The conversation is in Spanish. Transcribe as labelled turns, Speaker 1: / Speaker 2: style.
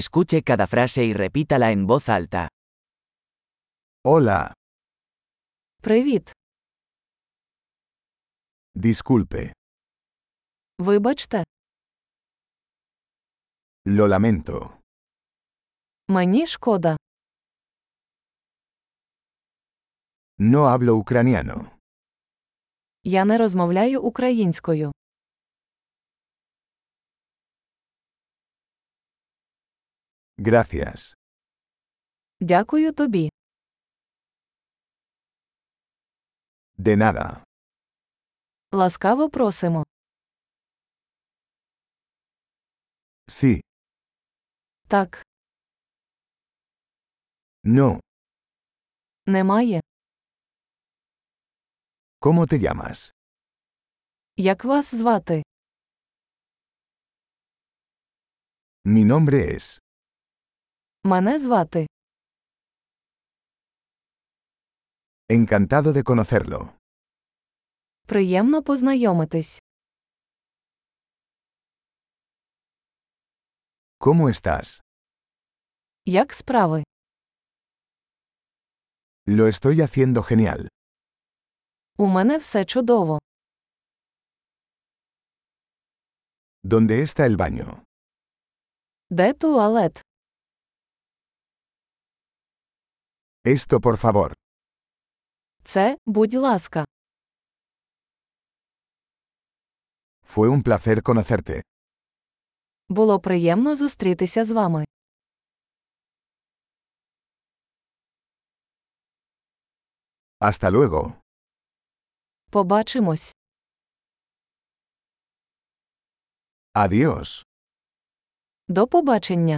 Speaker 1: Escuche cada frase y repítala en voz alta.
Speaker 2: Hola,
Speaker 3: Привіт.
Speaker 2: disculpe,
Speaker 3: Вибачте,
Speaker 2: lo lamento.
Speaker 3: мені шкода.
Speaker 2: No hablo ucraniano.
Speaker 3: Я не розмовляю українською.
Speaker 2: Gracias.
Speaker 3: Дякую тобі.
Speaker 2: De nada.
Speaker 3: Ласкаво просимо.
Speaker 2: Sí,
Speaker 3: Так,
Speaker 2: no.
Speaker 3: немає.
Speaker 2: ¿Cómo te llamas?
Speaker 3: Як вас звати?
Speaker 2: Mi nombre es.
Speaker 3: Мене звати.
Speaker 2: Encantado de conocerlo.
Speaker 3: Приємно познайомитись.
Speaker 2: ¿Cómo estás?
Speaker 3: Як справи?
Speaker 2: Lo estoy haciendo genial.
Speaker 3: У мене все чудово.
Speaker 2: ¿Dónde está el baño?
Speaker 3: Де туалет?
Speaker 2: Esto por favor.
Speaker 3: Це, будь ласка.
Speaker 2: Fue un placer conocerte.
Speaker 3: Було приємно зустрітися з вами.
Speaker 2: Hasta luego.
Speaker 3: Побачимось.
Speaker 2: Adiós.
Speaker 3: До побачення.